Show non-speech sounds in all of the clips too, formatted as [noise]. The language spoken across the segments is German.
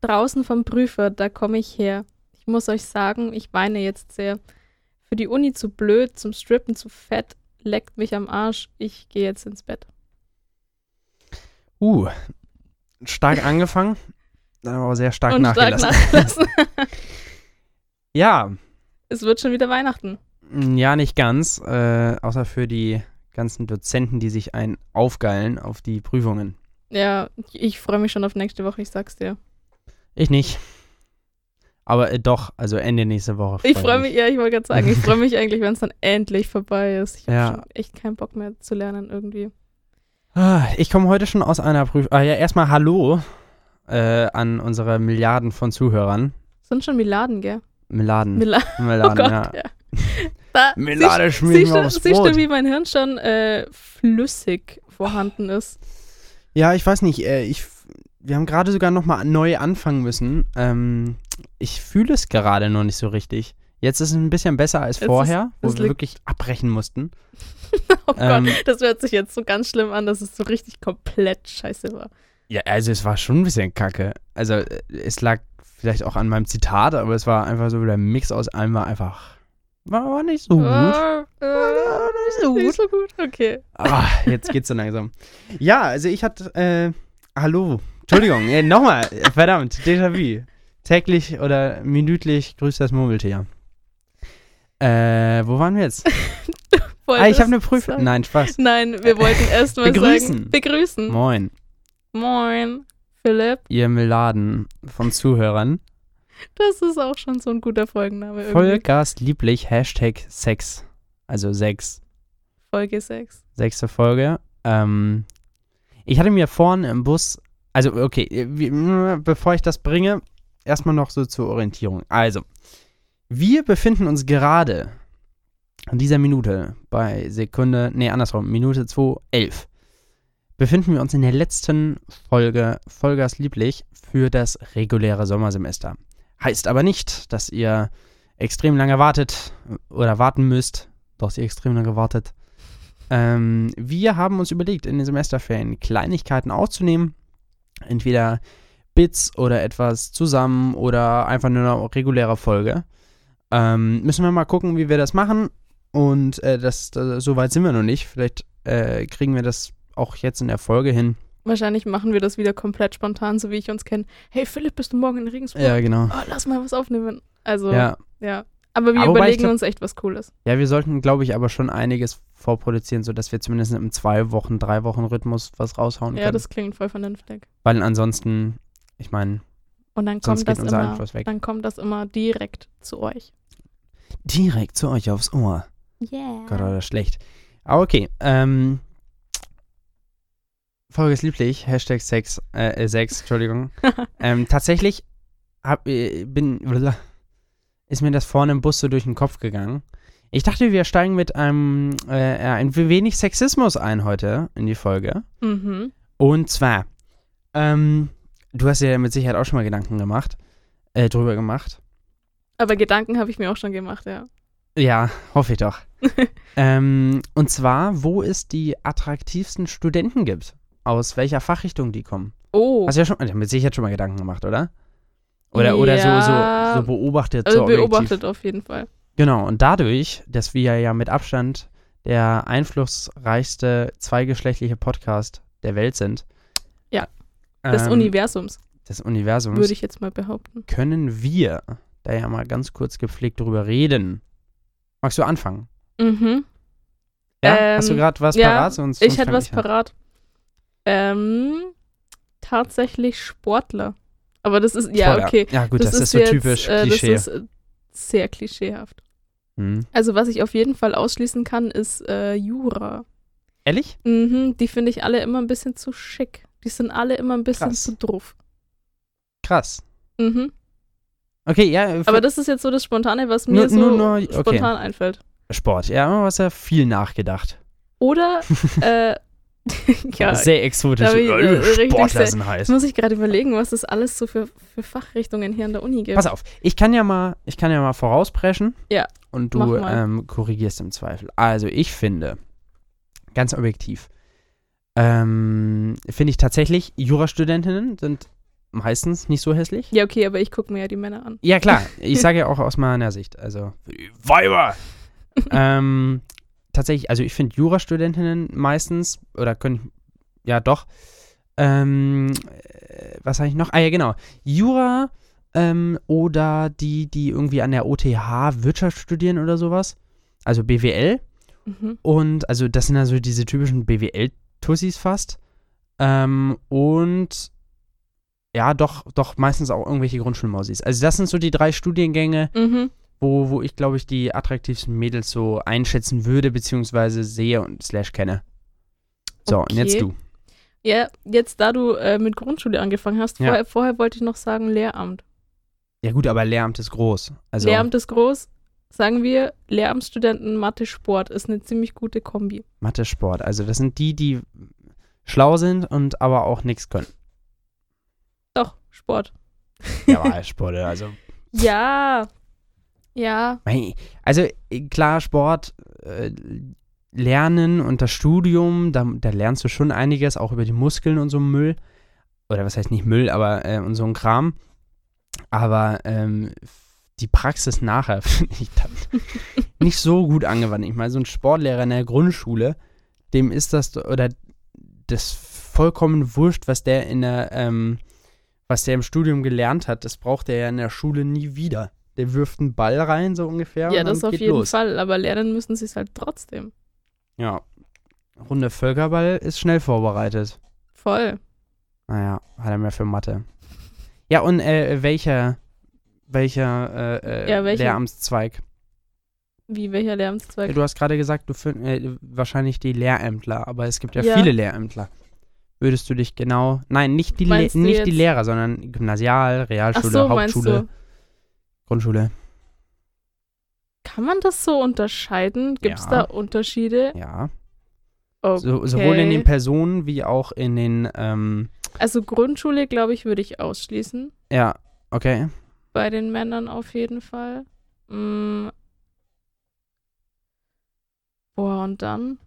draußen vom Prüfer, da komme ich her. Ich muss euch sagen, ich weine jetzt sehr. Für die Uni zu blöd, zum Strippen zu fett, leckt mich am Arsch. Ich gehe jetzt ins Bett. Uh, stark angefangen, dann aber sehr stark Und stark nachgelassen. nachlassen. ja, [laughs] es wird schon wieder Weihnachten. mm, ja, nicht ganz, äh, außer für die ganzen Dozenten, die sich ein aufgeilen auf die Prüfungen. Ja, ich- ich freue mich schon auf nächste Woche, ich sag's dir. Ich nicht. Aber äh, doch, also Ende nächste Woche. Ich freue mich, ja, ich wollte gerade [laughs] sagen, ich freue mich eigentlich, wenn es dann endlich vorbei ist. Ich habe Ja. schon echt keinen Bock mehr zu lernen irgendwie. Ah, Ich komme heute schon aus einer Prüfung. Ah, ja, erstmal Hallo äh, an unsere Milliarden von Zuhörern. Sind schon Miladen, gell? Milliarden. Miladen, [laughs] Milliarden, oh Gott, ja. ja. Da, Millade siehst- schmieren wir siehst du- aufs siehst Brot. du, wie mein Hirn schon äh, flüssig vorhanden ist? Ja, ich weiß nicht. Äh, ich, f- wir haben gerade sogar nochmal neu anfangen müssen. Ähm, ich fühle es gerade noch nicht so richtig. Jetzt ist es ein bisschen besser als Es vorher, ist- es wo wir liegt- wirklich abbrechen mussten. Oh Ähm. Gott, das hört sich jetzt so ganz schlimm an, dass es so richtig komplett scheiße war. Ja, also es war schon ein bisschen kacke. Also äh, es lag vielleicht auch an meinem Zitat, aber es war einfach so wieder ein Mix aus allem, war einfach. War, war nicht so gut. Ah, äh, nicht so Nicht so gut, okay. Ah, jetzt geht's so langsam. Ja, also ich hatte. Äh, hallo. Entschuldigung, äh, nochmal. Verdammt, Déjà-vu. Täglich oder minütlich grüßt das Murmeltier. Äh, wo waren wir jetzt? Ah, ich habe eine Prüfung. Nein. Nein, Spaß. Nein, wir wollten erst mal Begrüßen. sagen, begrüßen. Moin, Moin, Philipp. ihr Meladen von Zuhörern. Das ist auch schon so ein guter Folgenname. irgendwie. Vollgas lieblich, Hashtag Sex. Also Sex. Folge 6. Sechste Folge. Ähm, ich hatte mir vorne im Bus, also okay, wie- äh, bevor ich das bringe, erstmal noch so zur Orientierung. Also, wir befinden uns gerade in dieser Minute bei Sekunde, nee, andersrum, Minute 2.11. Befinden wir uns in der letzten Folge Vollgas lieblich für das reguläre Sommersemester. Heißt aber nicht, dass ihr extrem lange wartet äh, oder warten müsst, dass ihr extrem lange wartet, ähm, wir haben uns überlegt, in den Semesterferien Kleinigkeiten aufzunehmen. Entweder Bits oder etwas zusammen oder einfach nur eine reguläre Folge. Ähm, müssen wir mal gucken, wie wir das machen. Und äh, das, da- so weit sind wir noch nicht. Vielleicht äh, kriegen wir das auch jetzt in der Folge hin. Wahrscheinlich machen wir das wieder komplett spontan, so wie ich uns kenne. Hey Philipp, bist du morgen in Regensburg? Ja, genau. Oh, lass mal was aufnehmen. Also, ja. Ja. Aber wir Aber wobei ich überlegen glaub- uns echt was Cooles. ja, wir sollten, glaube ich, aber schon einiges vorproduzieren, sodass wir zumindest im zwei Wochen, drei Wochen Rhythmus was raushauen Ja, können. das klingt voll vernünftig. Weil ansonsten, ich meine, Und dann sonst kommt geht das unser immer, Einfluss weg. dann kommt das immer direkt zu euch. Direkt zu euch aufs Ohr. Yeah. Gott, war das schlecht. Aber okay. Ähm, Folge ist lieblich. Hashtag Sex. Äh, äh, Sex, Entschuldigung. ähm, tatsächlich hab, äh, bin, [laughs] ist mir das vorne im Bus so durch den Kopf gegangen. Ich dachte, wir steigen mit einem äh, ein wenig Sexismus ein heute in die Folge. mhm. Und zwar, ähm, du hast dir ja mit Sicherheit auch schon mal Gedanken gemacht, äh, drüber gemacht. Aber Gedanken habe ich mir auch schon gemacht, ja. Ja, hoffe [laughs] ich doch. ähm, und zwar, wo es die attraktivsten Studenten gibt. Aus welcher Fachrichtung die kommen. Oh, Hast du ja schon, also mit Sicherheit schon mal Gedanken gemacht, oder? Oder, oder Ja. so, so, so beobachtet. also so objektiv. beobachtet auf jeden Fall. Genau, und dadurch, dass wir ja mit Abstand der einflussreichste zweigeschlechtliche Podcast der Welt sind. Ja, Des ähm, Universums, Des Universums würde ich jetzt mal behaupten. können wir da ja mal ganz kurz gepflegt drüber reden. Magst du anfangen? Mhm. Ja, Ähm, hast du gerade was ja, parat? Sonst, sonst Ich hätte fang was an. parat. Ähm, tatsächlich Sportler. Aber das ist, ja, Voll, okay. Ja, gut, das, ist so jetzt, typisch äh, Klischee. Das ist äh, sehr klischeehaft. Hm. Also, was ich auf jeden Fall ausschließen kann, ist äh, Jura. Ehrlich? Mhm, die finde ich alle immer ein bisschen zu schick. Die sind alle immer ein bisschen Krass. zu druff. Krass. Mhm. Okay, ja, für Aber das ist jetzt so das Spontane, was mir Nur- so nur- nur- okay. spontan einfällt. Sport. Ja, aber was ja viel nachgedacht. [laughs] Oder, äh, [laughs] ja, Sehr exotisch. Da bin ich, äh, Äh, richtig Sportler sehr- sind heiß. jetzt muss ich gerade überlegen, was es alles so für, für Fachrichtungen hier an der Uni gibt. Pass auf, ich kann ja mal, ich kann ja mal vorauspreschen. Ja, Und mach du mal. ähm, korrigierst im Zweifel. Also ich finde, ganz objektiv, ähm, finde ich tatsächlich, Jurastudentinnen sind meistens nicht so hässlich. Ja, okay, aber ich gucke mir ja die Männer an. Ja, klar. Ich sage ja auch aus meiner Sicht. Also, für die Weiber! [laughs] ähm, tatsächlich, also ich finde Jurastudentinnen meistens, oder können, ja doch, ähm, äh, was habe ich noch? Ah ja, genau. Jura ähm, oder die, die irgendwie an der OTH Wirtschaft studieren oder sowas. Also BWL. Mhm. Und also das sind also diese typischen BWL-Tussis fast. Ähm, und ja, doch, doch meistens auch irgendwelche Grundschulmausis. Also das sind so die drei Studiengänge, Mhm. wo, wo ich, glaube ich, die attraktivsten Mädels so einschätzen würde, beziehungsweise sehe und slash kenne. So, und jetzt Okay. du. Ja, jetzt da du äh, mit Grundschule angefangen hast, Ja. vorher, vorher wollte ich noch sagen Lehramt. Ja gut, aber Lehramt ist groß. Also, Lehramt ist groß. Sagen wir, Lehramtsstudenten, Mathe, Sport ist eine ziemlich gute Kombi. Mathe, Sport. Also das sind die, die schlau sind und aber auch nichts können. Doch, Sport. Ja, [laughs] aber Sport, also. Ja. Ja. Mei, Also äh, klar, Sport, äh, Lernen und das Studium, da, da lernst du schon einiges, auch über die Muskeln und so Müll. Oder was heißt nicht Müll, aber äh, und so ein Kram. Aber ähm, die Praxis nachher [laughs] finde ich dann nicht so gut angewandt. Ich meine, so ein Sportlehrer in der Grundschule, dem ist das oder das vollkommen wurscht, was der in der, ähm, was der im Studium gelernt hat. Das braucht er ja in der Schule nie wieder. Der wirft einen Ball rein, so ungefähr. Ja, und das dann auf geht jeden los. Fall. Aber lernen müssen sie es halt trotzdem. Ja. Runde Völkerball ist schnell vorbereitet. Voll. Naja, hat er mehr für Mathe. Ja, und äh, welcher, welcher, äh, äh, Ja, welcher? Lehramtszweig? Äh, Wie welcher Lehramtszweig? Du hast gerade gesagt, du find, äh, wahrscheinlich die Lehrämtler, aber es gibt ja, Ja. viele Lehrämtler. Würdest du dich genau. Nein, nicht die, Le Meinst nicht du die jetzt- Lehrer, sondern Gymnasial, Ach Realschule, so, meinst Hauptschule, du? Grundschule. Kann man das so unterscheiden? Gibt es Ja. da Unterschiede? Oh, Ja. Okay. So, sowohl in den Personen wie auch in den. Ähm, also Grundschule, glaube ich, würde ich ausschließen. ja, okay. Bei den Männern auf jeden Fall. Mm. Boah, und dann?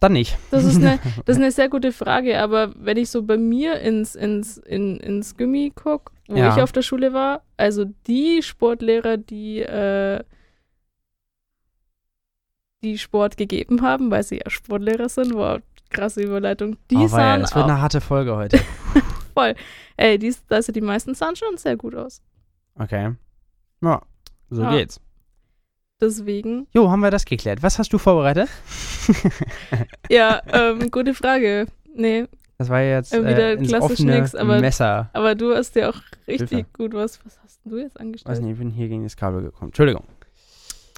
Dann nicht. Das ist [laughs] eine, das ist eine sehr gute Frage, aber wenn ich so bei mir ins, ins, in, ins Gummi gucke, wo Ja. ich auf der Schule war, also die Sportlehrer, die, äh, die Sport gegeben haben, weil sie ja Sportlehrer sind, wow, krasse Überleitung, die oh, weia, sahen das wird auch, eine harte Folge heute. ey, die, also die meisten sahen schon sehr gut aus. Okay. Ja, so Ja. geht's. Deswegen, Jo, haben wir das geklärt. Was hast du vorbereitet? ja, ähm, gute Frage. Nee, [laughs] Das war jetzt Äh, wieder äh, ins klassisch offene nix, aber- Messer. aber du hast ja auch richtig Hilfe. gut was, was hast denn du jetzt angestellt? Weiß nicht, ich bin hier gegen das Kabel gekommen. Entschuldigung.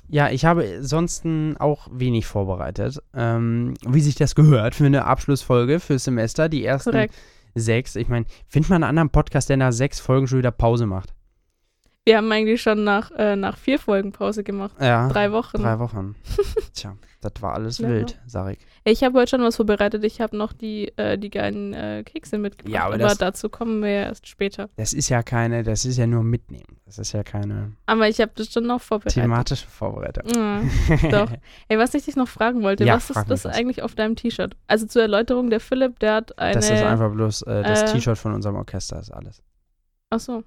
Ja, ich habe sonst auch wenig vorbereitet. Ähm, wie sich das gehört für eine Abschlussfolge fürs Semester, die ersten Korrekt. sechs. Ich meine, findet man einen anderen Podcast, der nach sechs Folgen schon wieder Pause macht? Wir haben eigentlich schon nach, äh, nach vier Folgen Pause gemacht. Ja, Drei Wochen. drei Wochen. [laughs] Tja, das war alles Ja. wild, sag ich. Ich habe heute schon was vorbereitet. Ich habe noch die, äh, die geilen äh, Kekse mitgebracht. Ja, aber aber das- dazu kommen wir ja erst später. Das ist ja keine, das ist ja nur mitnehmen. Das ist ja keine Aber ich habe das schon noch vorbereitet. thematische Vorbereitung. [laughs] Ja, doch. Ey, was ich dich noch fragen wollte, Ja, was ist frag mich das was. eigentlich auf deinem T-Shirt? Also zur Erläuterung, der Philipp, der hat eine. Das ist einfach bloß äh, das äh, T-Shirt von unserem Orchester, ist alles. Achso.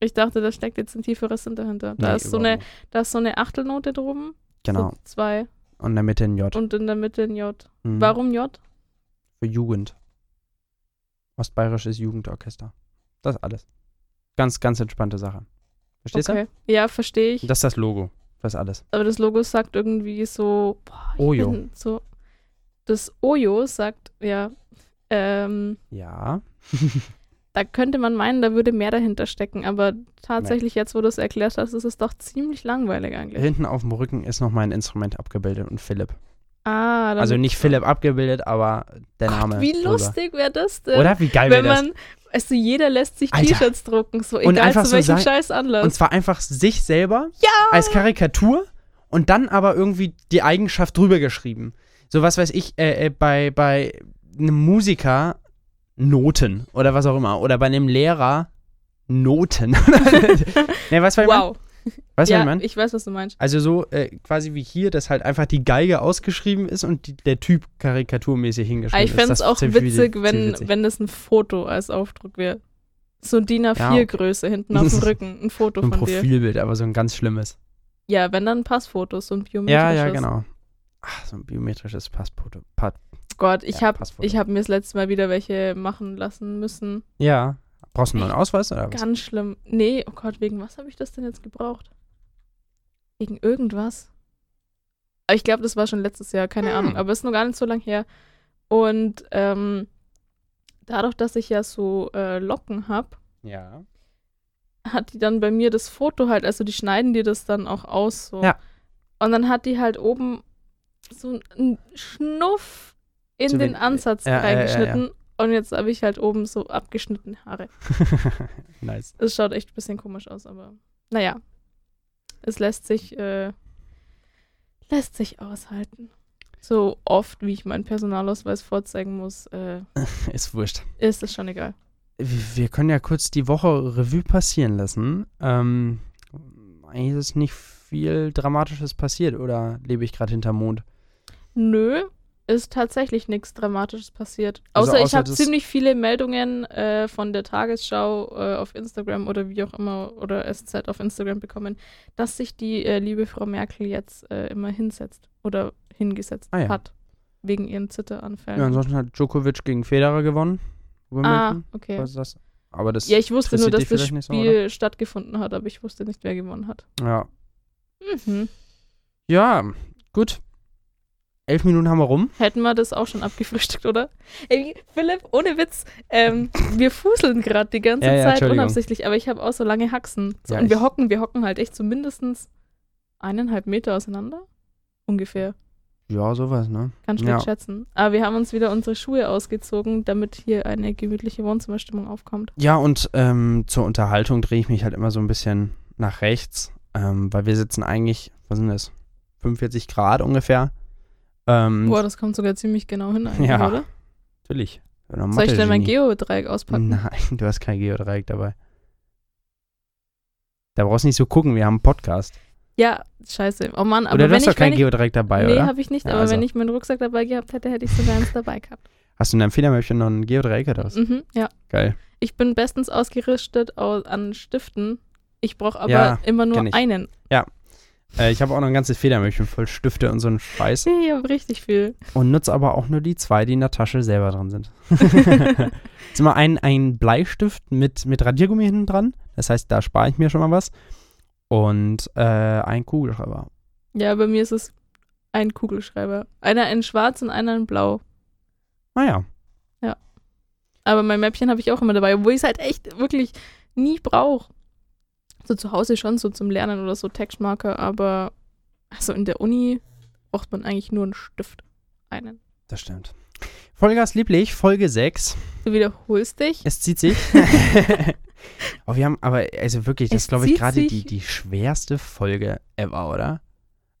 Ich dachte, da steckt jetzt ein tieferes Sinn dahinter. Da, Nee, ist so überhaupt eine, nicht. da ist so eine Achtelnote drüben. Genau. So zwei. Und in der Mitte ein J. Und in der Mitte ein J. Mhm. Warum J? Für Jugend. Ostbayerisches Jugendorchester. Das ist alles. Ganz, ganz entspannte Sache. Verstehst okay. Ja, verstehe du? ich. Das ist das Logo. Das ist alles. Aber das Logo sagt irgendwie so. Boah, ich Ojo. Bin so das Ojo sagt, ja, ähm, Ja. da könnte man meinen, da würde mehr dahinter stecken. Aber tatsächlich, jetzt, wo du es erklärt hast, ist es doch ziemlich langweilig eigentlich. Hinten auf dem Rücken ist noch mein Instrument abgebildet und Philipp. Ah, dann, Also nicht Philipp abgebildet, aber der Gott, Name. Wie drüber. lustig wäre das denn? Oder? Wie geil wäre Wenn das? man, also jeder lässt sich Alter. T-Shirts drucken, so Und egal einfach zu so welchem sein- Scheiß Und Anlass. zwar einfach sich selber als Karikatur und dann aber irgendwie die Eigenschaft drüber geschrieben. So was weiß ich, äh, äh, bei, bei einem Musiker Noten [laughs] oder was auch immer. Oder bei einem Lehrer Noten. ne, weißt du, was ich Wow, Weißt du, was ja, ich meine? ich weiß, was du meinst. Also so äh, quasi wie hier, dass halt einfach die Geige ausgeschrieben ist und die, der Typ karikaturmäßig Aber hingeschrieben Ah, ich ist. fände es Das auch ziemlich- witzig, wenn, ziemlich witzig. wenn das ein Foto als Aufdruck wäre. So DIN Ja, okay. A4-Größe hinten [laughs] auf dem Rücken, ein Foto so ein von dir. Profilbild, aber so ein ganz schlimmes. Ja, wenn dann ein Passfoto, so ein biometrisches. Ja, ja, genau. Ach, so ein biometrisches Passfoto. Pa Gott, ich Ja, habe Passfoto. ich hab mir das letzte Mal wieder welche machen lassen müssen. ja. Brauchst du nur einen Ausweis oder was? Ganz schlimm. Nee, oh Gott, wegen was habe ich das denn jetzt gebraucht? Wegen irgendwas? Aber ich glaube, das war schon letztes Jahr, keine Hm. Ahnung, aber ist noch gar nicht so lang her. Und ähm, dadurch, dass ich ja so äh, Locken habe, [laughs] Ja. hat die dann bei mir das Foto halt, also die schneiden dir das dann auch aus so. Ja. Und dann hat die halt oben so einen Schnuff in So den wen- Ansatz ja, ja, ja, ja. reingeschnitten. Und jetzt habe ich halt oben so abgeschnittene Haare. nice. Es schaut echt ein bisschen komisch aus, aber naja. Es lässt sich, äh, lässt sich aushalten. So oft, wie ich meinen Personalausweis vorzeigen muss, äh, Ist wurscht. ist es schon egal. Wir wir können ja kurz die Woche Revue passieren lassen. Ähm, eigentlich ist nicht viel Dramatisches passiert, oder lebe ich gerade hinter Mond? Nö, ist tatsächlich nichts Dramatisches passiert. Also Außer, ich außer habe das- ziemlich viele Meldungen äh, von der Tagesschau äh, auf Instagram oder wie auch immer oder SZ auf Instagram bekommen, dass sich die äh, liebe Frau Merkel jetzt äh, immer hinsetzt oder hingesetzt Ah ja. hat. Wegen ihren Zitteranfällen. Ja, ansonsten hat Djokovic gegen Federer gewonnen. ah, Wimbledon. okay. Was ist das? Aber das Ja, ich wusste nur, interessiert dass dich das vielleicht nicht so, Spiel stattgefunden hat, aber ich wusste nicht, wer gewonnen hat. ja. Mhm. ja, gut. Elf Minuten haben wir rum. Hätten wir das auch schon abgefrühstückt, oder? Ey, Philipp, ohne Witz, ähm, wir fuseln gerade die ganze Ja, ja, Zeit Entschuldigung. unabsichtlich, aber ich habe auch so lange Haxen. So, Ja, und wir ich- hocken, wir hocken halt echt so mindestens eineinhalb Meter auseinander. Ungefähr. Ja, sowas, ne? Ganz schlecht Ja. schätzen. Aber wir haben uns wieder unsere Schuhe ausgezogen, damit hier eine gemütliche Wohnzimmerstimmung aufkommt. Ja, und ähm, zur Unterhaltung drehe ich mich halt immer so ein bisschen nach rechts, ähm, weil wir sitzen eigentlich, was sind das, 45 Grad ungefähr. Ähm, Boah, das kommt sogar ziemlich genau hin, eigentlich, Ja, oder? natürlich. Soll ich denn mein Geodreieck auspacken? Nein, [laughs] du hast kein Geodreieck dabei. Da brauchst du nicht so gucken, wir haben einen Podcast. Ja, scheiße. Oh Mann, aber oder du wenn hast ich, doch kein wenn ich, Geodreieck dabei, Nee, oder? habe ich nicht, Ja, aber also. wenn ich meinen Rucksack dabei gehabt hätte, hätte ich sogar eins dabei gehabt. Hast du in deinem Federmäppchen noch ein Geodreieck oder was? Mhm, ja. Geil. Ich bin bestens ausgerüstet au- an Stiften. Ich brauche aber Ja, immer nur kenn ich. einen. Äh, ich habe auch noch ein ganzes Federmäppchen voll Stifte und so einen Scheiß Nee, ich habe richtig viel. und nutze aber auch nur die zwei, die in der Tasche selber drin sind. [laughs] ist immer ein, ein Bleistift mit, mit Radiergummi hinten dran. Das heißt, da spare ich mir schon mal was. Und äh, ein Kugelschreiber. ja, bei mir ist es ein Kugelschreiber. Einer in schwarz und einer in blau. Naja, Aber mein Mäppchen habe ich auch immer dabei, obwohl ich es halt echt wirklich nie brauche. So zu Hause schon, so zum Lernen oder so Textmarker, aber also in der Uni braucht man eigentlich nur einen Stift. Einen. das stimmt. Vollgas lieblich, Folge 6. Du wiederholst dich. Es [laughs] zieht sich. oh, wir haben aber, also wirklich, das Es ist, glaube ich, zieht gerade die, sich. die schwerste Folge ever, oder?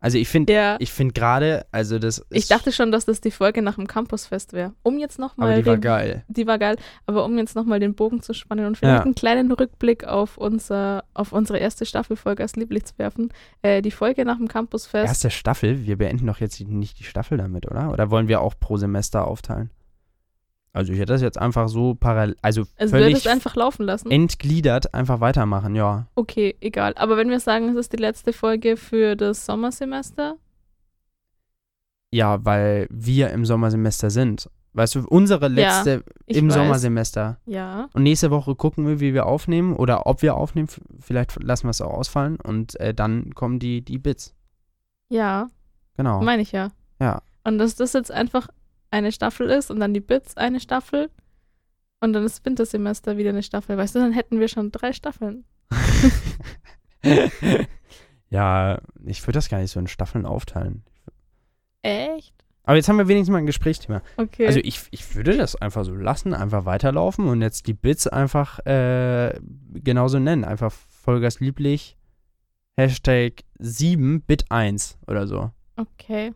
Also ich finde, Ja. ich finde gerade, also das ist, Ich dachte schon, dass das die Folge nach dem Campusfest wäre. Um jetzt aber nochmal die war den, geil. die war geil, aber um jetzt nochmal den Bogen zu spannen und vielleicht Ja. einen kleinen Rückblick auf unser, auf unsere erste Staffelfolge als Lieblich zu werfen. Äh, die Folge nach dem Campusfest. Erste Staffel, wir beenden doch jetzt die- nicht die Staffel damit, oder? Oder wollen wir auch pro Semester aufteilen? Also ich hätte das jetzt einfach so parallel, also Also du völlig hättest einfach laufen lassen. entgliedert einfach weitermachen, ja. Okay, egal. Aber wenn wir sagen, es ist die letzte Folge für das Sommersemester, Ja, weil wir im Sommersemester sind. Weißt du, unsere letzte ich im weiß. Sommersemester. Ja. Und nächste Woche gucken wir, wie wir aufnehmen oder ob wir aufnehmen. F- Vielleicht lassen wir es auch ausfallen und äh, dann kommen die, die Bits. Ja, Genau. meine ich ja. Ja. Und dass das jetzt einfach eine Staffel ist und dann die Bits eine Staffel und dann ist Wintersemester wieder eine Staffel. Weißt du, dann hätten wir schon drei Staffeln. [laughs] ja, ich würde das gar nicht so in Staffeln aufteilen. Echt? Aber jetzt haben wir wenigstens mal ein Gesprächsthema. Okay. Also ich, ich würde das einfach so lassen, einfach weiterlaufen und jetzt die Bits einfach äh, genauso nennen. Einfach Vollgas lieblich, Hashtag 7, Bit 1 oder so. okay.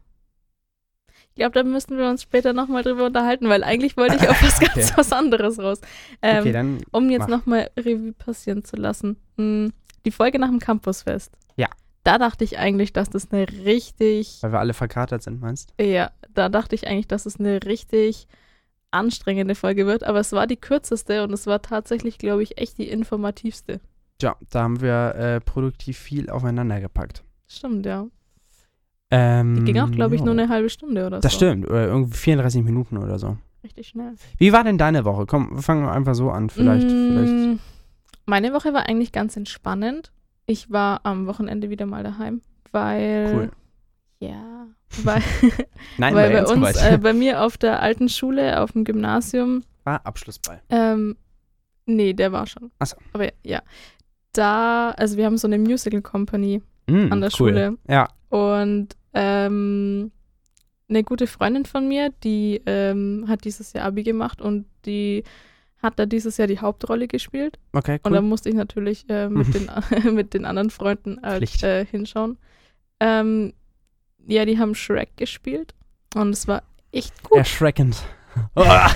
Ich glaube, da müssten wir uns später nochmal drüber unterhalten, weil eigentlich wollte ich auf was ganz [laughs] Okay. was anderes raus. Ähm, okay, dann um jetzt mach. nochmal Revue passieren zu lassen. Hm, die Folge nach dem Campusfest. Ja. Da dachte ich eigentlich, dass das eine richtig, Weil wir alle verkatert sind, meinst ja, da dachte ich eigentlich, dass es eine richtig anstrengende Folge wird, aber es war die kürzeste und es war tatsächlich, glaube ich, echt die informativste. Ja, da haben wir äh, produktiv viel aufeinander gepackt. Stimmt, ja. Ähm, Die ging auch, glaube ich, jo. nur eine halbe Stunde oder Mm. Das so. stimmt, äh, irgendwie 34 Minuten oder so. Richtig schnell. Wie war denn deine Woche? Komm, fangen wir einfach so an. Vielleicht, vielleicht. Mm, Meine Woche war eigentlich ganz entspannend. Ich war am Wochenende wieder mal daheim, weil. Cool. Ja. [laughs] Weil, [laughs] Nein, äh, weil bei uns uns, äh, bei mir auf der alten Schule, auf dem Gymnasium, [laughs] war Abschlussball. ähm, nee, der war schon. Ach so. Aber ja. Da, also wir haben so eine Musical Company Mm, an der cool. Schule. Ja, Und ähm, eine gute Freundin von mir, die ähm, hat dieses Jahr Abi gemacht und die hat da dieses Jahr die Hauptrolle gespielt. okay, Und cool. dann musste ich natürlich äh, mit, den, [laughs] mit den anderen Freunden halt, Mhm. Pflicht. äh, hinschauen. Ähm, ja, die haben Shrek gespielt und es war echt gut. Erschreckend. [laughs] Ah,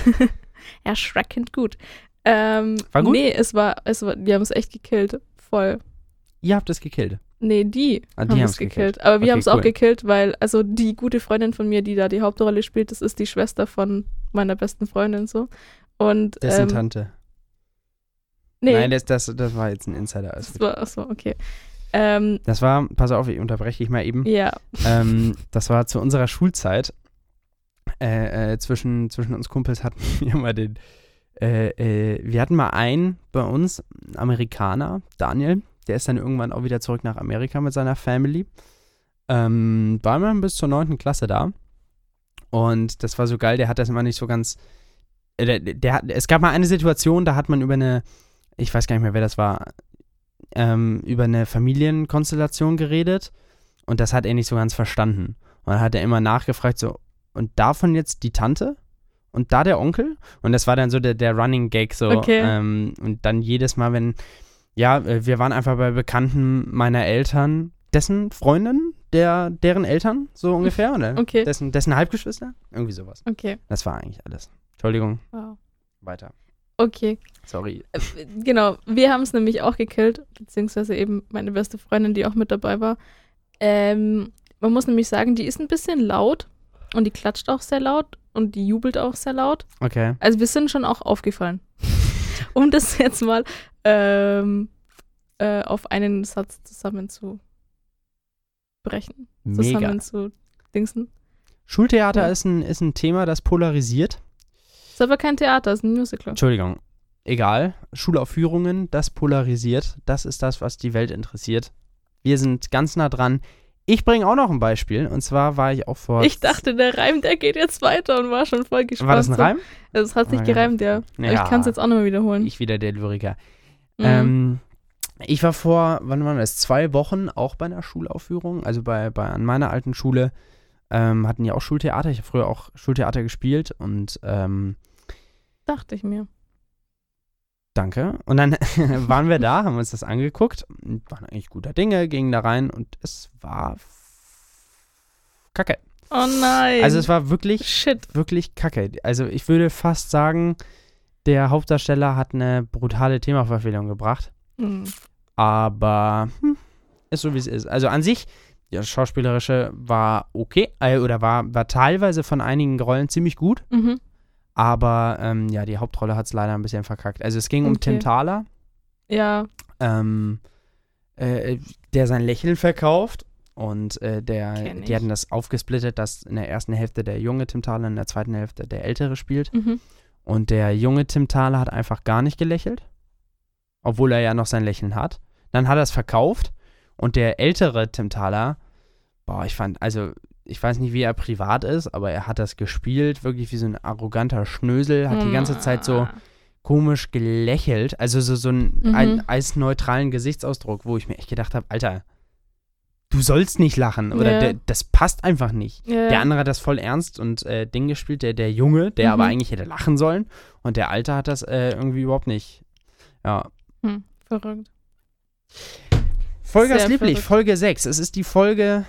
Erschreckend gut. Ähm, War gut? Nee, es war, es war, die haben es echt gekillt. Voll. Ihr habt es gekillt. Nee, die, Ah, die haben haben's es gekillt. Aber wir Okay, haben es cool. auch gekillt, weil, also die gute Freundin von mir, die da die Hauptrolle spielt, das ist die Schwester von meiner besten Freundin so. Und Dessen ähm, Tante. nee, Nein, das, das, das war jetzt ein Insider. alles das gut. war, achso, okay. Ähm, Das war, pass auf, ich unterbreche dich mal eben. ja, ähm, das war zu unserer Schulzeit. Äh, äh, zwischen, zwischen uns Kumpels hatten [laughs] wir mal den. Äh, äh, wir hatten mal einen bei uns, einen Amerikaner, Daniel. Der ist dann irgendwann auch wieder zurück nach Amerika mit seiner Family. Ähm, war immer bis zur 9. Klasse da. Und das war so geil, der hat das immer nicht so ganz. äh, Der, der, hat- es gab mal eine Situation, da hat man über eine, ich weiß gar nicht mehr, wer das war, ähm, über eine Familienkonstellation geredet. Und das hat er nicht so ganz verstanden. Und dann hat er immer nachgefragt, so, und davon jetzt die Tante? Und da der Onkel? Und das war dann so der, der Running Gag, so. Okay. Ähm, und dann jedes Mal, wenn, ja, äh, wir waren einfach bei Bekannten meiner Eltern, dessen Freundin, der, deren Eltern, so ungefähr, oder? Mhm. okay, Dessen, dessen Halbgeschwister? Irgendwie sowas. okay. Das war eigentlich alles. Entschuldigung, Wow. weiter. Okay. Sorry. genau, wir haben es nämlich auch gekillt, beziehungsweise eben meine beste Freundin, die auch mit dabei war. Ähm, man muss nämlich sagen, die ist ein bisschen laut und die klatscht auch sehr laut und die jubelt auch sehr laut. Okay. Also wir sind schon auch aufgefallen. [laughs] um das jetzt mal ähm, äh, auf einen Satz zusammenzubrechen, Mega. zusammenzudingsen. Schultheater Ja. ist, ein, ist ein Thema, das polarisiert. Ist aber kein Theater, ist ein Musical. Entschuldigung. Egal. Schulaufführungen, das polarisiert. Das ist das, was die Welt interessiert. Wir sind ganz nah dran. Ich bringe auch noch ein Beispiel. Und zwar war ich auch vor. Ich dachte, der Reim, der geht jetzt weiter und war schon voll gespannt. war das ein So, Reim? Also es hat sich Ah, ja. gereimt, ja. Aber Ja. Ich kann es jetzt auch nochmal wiederholen. Ich wieder der Lyriker. Mhm. Ähm, ich war vor, wann waren das? Zwei Wochen auch bei einer Schulaufführung. Also bei, bei an meiner alten Schule ähm, hatten die auch Schultheater. Ich habe früher auch Schultheater gespielt und ähm, Dachte ich mir. Danke. Und dann [laughs] waren wir da, haben uns das angeguckt, und waren eigentlich guter Dinge, gingen da rein und es war kacke. Oh nein. Also es war wirklich, Shit. wirklich kacke. Also ich würde fast sagen, der Hauptdarsteller hat eine brutale Themaverfehlung gebracht, Hm. aber hm, ist so wie es ist. Also an sich, das Schauspielerische war okay, äh, oder war, war teilweise von einigen Rollen ziemlich gut. Mhm. Aber ähm, ja, die Hauptrolle hat es leider ein bisschen verkackt. Also es ging um Okay. Tim Thaler, Ja, ähm, äh, der sein Lächeln verkauft. Und äh, der, Kenn ich. die hatten das aufgesplittet, dass in der ersten Hälfte der junge Tim Thaler, in der zweiten Hälfte der ältere spielt. mhm. Und der junge Tim Thaler hat einfach gar nicht gelächelt, obwohl er ja noch sein Lächeln hat. Dann hat er es verkauft und der ältere Tim Thaler, boah, ich fand, also ich weiß nicht, wie er privat ist, aber er hat das gespielt, wirklich wie so ein arroganter Schnösel, hat die ganze Zeit so Ah. komisch gelächelt, also so, so einen Mhm. ein, als neutralen Gesichtsausdruck, wo ich mir echt gedacht habe, Alter, du sollst nicht lachen oder Ja. der- das passt einfach nicht. Ja, Der andere hat das voll ernst und äh, Ding gespielt, der, der Junge, der Mhm. aber eigentlich hätte lachen sollen. Und der Alte hat das äh, irgendwie überhaupt nicht. Ja. hm. verrückt. Vollgas Sehr lieblich, verrückt. Folge 6. Es ist die Folge,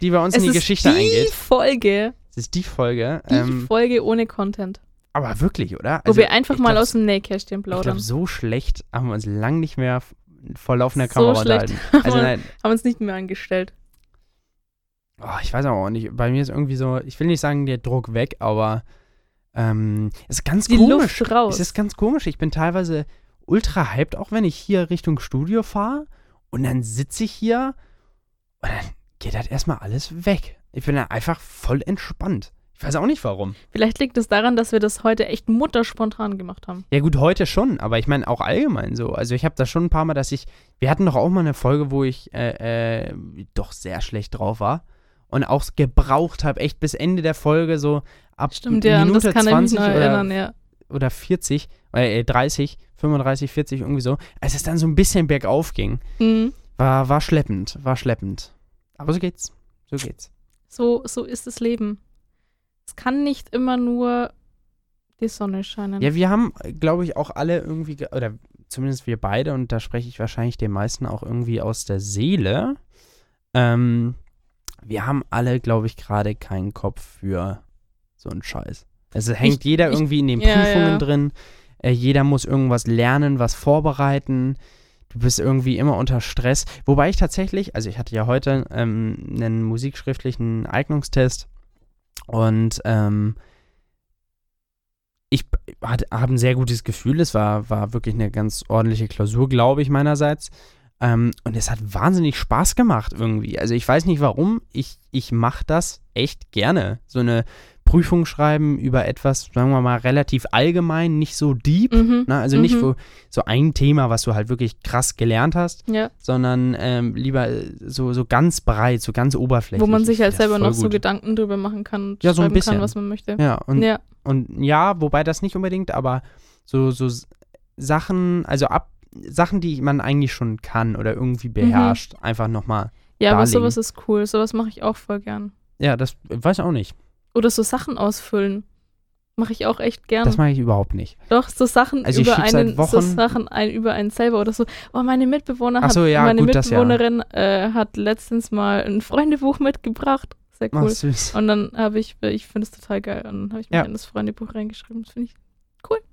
die bei uns in die Geschichte die eingeht. Folge, Es ist die Folge. die ähm, Folge ohne Content, aber wirklich, oder? Also wo wir einfach ich mal glaub, aus dem Nähkästchen Ich plaudern. glaube, so schlecht haben wir uns lang nicht mehr f- vor laufender So Kamera schlecht. unterhalten. [laughs] Also nein, Haben uns nicht mehr angestellt. oh, ich weiß aber auch nicht. Bei mir ist irgendwie so, ich will nicht sagen, der Druck weg, aber ähm, es ist ganz Die komisch. Luft raus. Es ist ganz komisch. Ich bin teilweise ultra hyped, auch wenn ich hier Richtung Studio fahre. Und dann sitze ich hier und dann geht halt erstmal alles weg. Ich bin dann einfach voll entspannt. Ich weiß auch nicht warum. Vielleicht liegt es daran, dass wir das heute echt mutterspontan gemacht haben. Ja, gut, heute schon, aber ich meine auch allgemein so. Also, ich habe das schon ein paar Mal, dass ich. Wir hatten doch auch mal eine Folge, wo ich äh, äh, doch sehr schlecht drauf war und auch gebraucht habe, echt bis Ende der Folge so ab Stimmt, ja, an Minute das kann ich mich 20 noch oder erinnern, ja. oder 40, äh, äh, 30, 35, 40, irgendwie so, als es dann so ein bisschen bergauf ging, Mhm. war, war schleppend, war schleppend. Aber so geht's, so geht's. So, so ist das Leben. Es kann nicht immer nur die Sonne scheinen. Ja, wir haben, glaube ich, auch alle irgendwie, ge- oder zumindest wir beide, und da spreche ich wahrscheinlich den meisten auch irgendwie aus der Seele, ähm, wir haben alle, glaube ich, gerade keinen Kopf für so einen Scheiß. Also hängt jeder ich- irgendwie in den ja, Prüfungen ja. drin, äh, jeder muss irgendwas lernen, was vorbereiten, du bist irgendwie immer unter Stress. Wobei ich tatsächlich, also ich hatte ja heute ähm, einen musikschriftlichen Eignungstest und ähm, ich hatte, habe ein sehr gutes Gefühl. Es war, war wirklich eine ganz ordentliche Klausur, glaube ich, meinerseits. Ähm, und es hat wahnsinnig Spaß gemacht irgendwie. Also ich weiß nicht warum, ich, ich mache das echt gerne. So eine Prüfung schreiben über etwas, sagen wir mal, relativ allgemein, nicht so deep. Mhm. Ne? Also nicht Mhm. wo, so ein Thema, was du halt wirklich krass gelernt hast, ja. sondern ähm, lieber äh, so, so ganz breit, so ganz oberflächlich. Wo man sich Ich halt find das selber voll noch so gut. Gedanken drüber machen kann und Ja, ja, so ein schreiben bisschen. kann, was man möchte. Ja, und, ja. und ja, wobei das nicht unbedingt, aber so, so S- Sachen, also ab Sachen, die man eigentlich schon kann oder irgendwie beherrscht, einfach nochmal. ja aber darlegen. sowas ist cool. Sowas mache ich auch voll gern. Ja, das weiß ich auch nicht. Oder so Sachen ausfüllen. Mache ich auch echt gern. Das mache ich überhaupt nicht. Doch, so Sachen Also ich über schieb seit einen, so Wochen- Sachen ein, über einen selber oder so. Oh, meine Mitbewohner Ach so, hat, ja, meine gut, das ja. Mitbewohnerin äh, hat letztens mal ein Freundebuch mitgebracht. Sehr Ach, cool. süß. Und dann habe ich, ich finde es total geil. Und dann habe ich mir Ja. in das Freundebuch reingeschrieben. Das finde ich cool. Und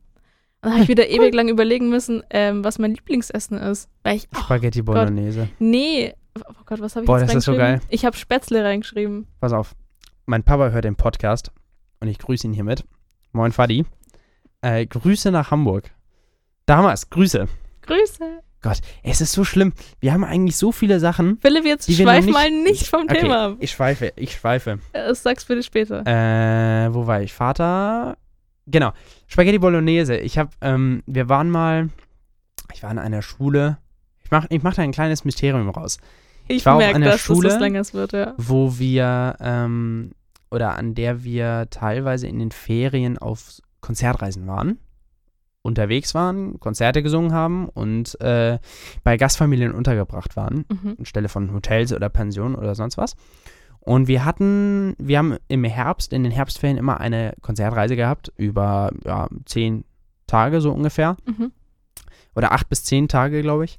dann habe [laughs] ich wieder ewig lang überlegen müssen, ähm, was mein Lieblingsessen ist. Weil ich, ach, Spaghetti Bolognese. nee, oh Gott, was habe ich Boah, jetzt das ist so reingeschrieben? Ich habe Spätzle reingeschrieben. Pass auf. Mein Papa hört den Podcast und ich grüße ihn hiermit. Moin, Fadi. Äh, Grüße nach Hamburg. Damals, Grüße. Grüße. Gott, es ist so schlimm. Wir haben eigentlich so viele Sachen. Philipp, jetzt Die wir schweif noch nicht- mal nicht vom Okay, Thema ab. ich schweife, ich schweife. Äh, Sag's bitte später. Äh, wo war ich? Vater. Genau. Spaghetti Bolognese. Ich habe, ähm, wir waren mal, ich war in einer Schule. Ich mache ich mach da ein kleines Mysterium raus, Ich war auf merke, einer dass Schule- das was Längeres wird, ja. wo wir, ähm, oder an der wir teilweise in den Ferien auf Konzertreisen waren, unterwegs waren, Konzerte gesungen haben und äh, bei Gastfamilien untergebracht waren. Mhm. anstelle von Hotels oder Pensionen oder sonst was. Und wir hatten, wir haben im Herbst, in den Herbstferien immer eine Konzertreise gehabt, über ja, zehn Tage so ungefähr, Mhm. oder acht bis zehn Tage, glaube ich.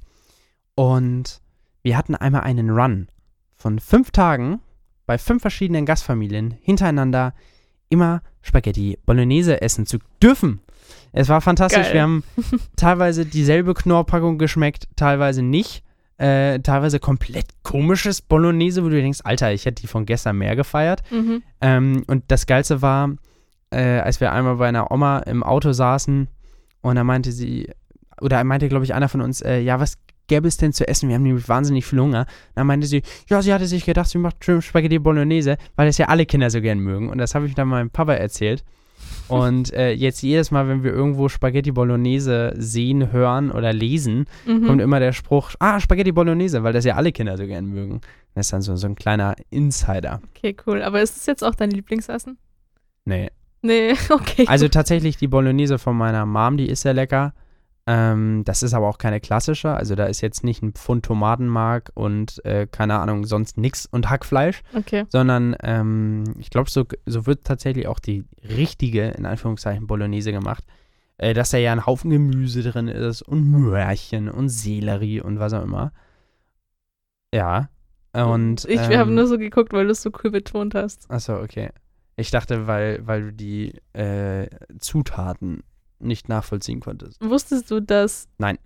Und wir hatten einmal einen Run von fünf Tagen bei fünf verschiedenen Gastfamilien hintereinander immer Spaghetti Bolognese essen zu dürfen. Es war fantastisch. Geil. Wir haben [laughs] teilweise dieselbe Knorrpackung geschmeckt, teilweise nicht. Äh, teilweise komplett komisches Bolognese, wo du denkst, Alter, ich hätte die von gestern mehr gefeiert. Mhm. Ähm, und das Geilste war, äh, als wir einmal bei einer Oma im Auto saßen und da meinte sie, oder meinte, glaube ich, einer von uns, äh, ja, was gäbe es denn zu essen? Wir haben nämlich wahnsinnig viel Hunger. Dann meinte sie, ja, sie hatte sich gedacht, sie macht schön Spaghetti Bolognese, weil das ja alle Kinder so gern mögen. Und das habe ich dann meinem Papa erzählt. Und äh, jetzt jedes Mal, wenn wir irgendwo Spaghetti Bolognese sehen, hören oder lesen, Mhm. kommt immer der Spruch, ah, Spaghetti Bolognese, weil das ja alle Kinder so gern mögen. Das ist dann so, so ein kleiner Insider. Okay, cool. Aber ist das jetzt auch dein Lieblingsessen? Nee, Nee, [laughs] okay. Also tatsächlich die Bolognese von meiner Mom, die ist sehr lecker. Ähm, das ist aber auch keine klassische. Also da ist jetzt nicht ein Pfund Tomatenmark und äh, keine Ahnung, sonst nix und Hackfleisch, okay. sondern ähm, ich glaube, so, so wird tatsächlich auch die richtige, in Anführungszeichen, Bolognese gemacht. Äh, dass da ja ein Haufen Gemüse drin ist und Möhrchen und Sellerie und was auch immer. Ja. Und ich ähm, wir haben nur so geguckt, weil du es so cool betont hast. Achso, okay. Ich dachte, weil, weil du die äh, Zutaten nicht nachvollziehen konntest. Wusstest du, dass Nein.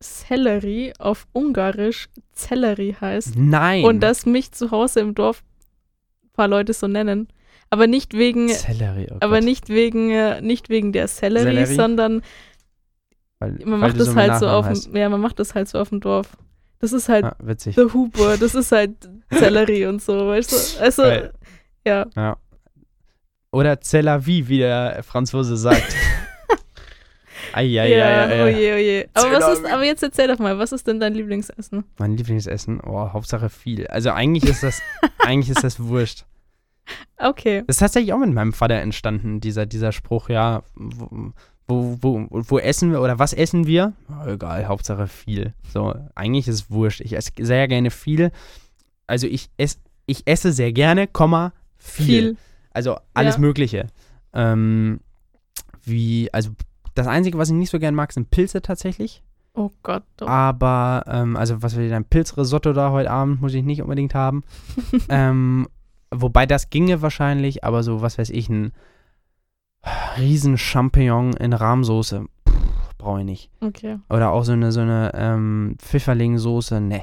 Sellerie auf Ungarisch Zellerie heißt. Nein. Und dass mich zu Hause im Dorf ein paar Leute so nennen. Aber nicht wegen, Sellerie. Oh aber Gott. nicht wegen, äh, nicht wegen der Sellerie, Sellerie? sondern Weil, man weil macht du das mit halt so Nachnamen auf heißt. dem, ja, man macht das halt so auf dem Dorf. Das ist halt Ah, witzig. der Huber, das ist halt Sellerie und so, [laughs] weißt du? Also, Geil. ja. Oder Zellavi, wie der [laughs] Franzose sagt. Eieieiei. Ja, oh oje, oje. Aber, was ist, Sellerie. aber jetzt erzähl doch mal, was ist denn dein Lieblingsessen? Mein Lieblingsessen, oh, Hauptsache viel. Also eigentlich [laughs] ist das, eigentlich ist das wurscht. Okay. Das ist tatsächlich auch mit meinem Vater entstanden, dieser, dieser Spruch, ja, wo, wo, wo, wo essen wir oder was essen wir? Oh, egal, Hauptsache viel. So, eigentlich ist wurscht. Ich esse sehr gerne viel. Also ich, ess, ich esse sehr gerne, Komma, viel. Viel. Also alles Ja. Mögliche. Ähm, wie, also das Einzige, was ich nicht so gern mag, sind Pilze tatsächlich. Oh Gott, doch. Aber, ähm, also was wir dann Pilzrisotto da heute Abend muss ich nicht unbedingt haben. [laughs] ähm, wobei das ginge wahrscheinlich, aber so, was weiß ich, ein riesen Champignon in Rahmsoße. Pff, Brauche ich nicht. Okay. Oder auch so eine, so eine ähm, Pfifferlingsoße. Ne.